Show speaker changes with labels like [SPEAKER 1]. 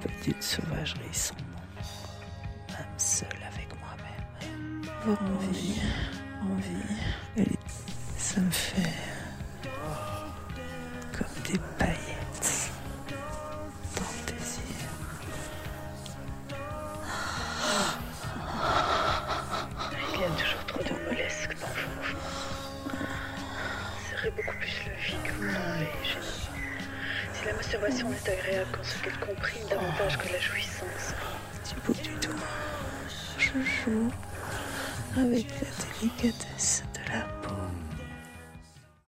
[SPEAKER 1] petite sauvagerie sans nom. Même seule avec moi-même. Envie, envie. Elle est- Ça me fait comme des paillettes dans le désir. Il y a toujours trop de molesque dans vos mouvements. Serrez beaucoup plus le vide que vous tombez, je dis. Si la masturbation n'est agréable quand ce qu'elle comprime davantage que la jouissance. Du bout du doigt, je joue avec la délicatesse de la peau.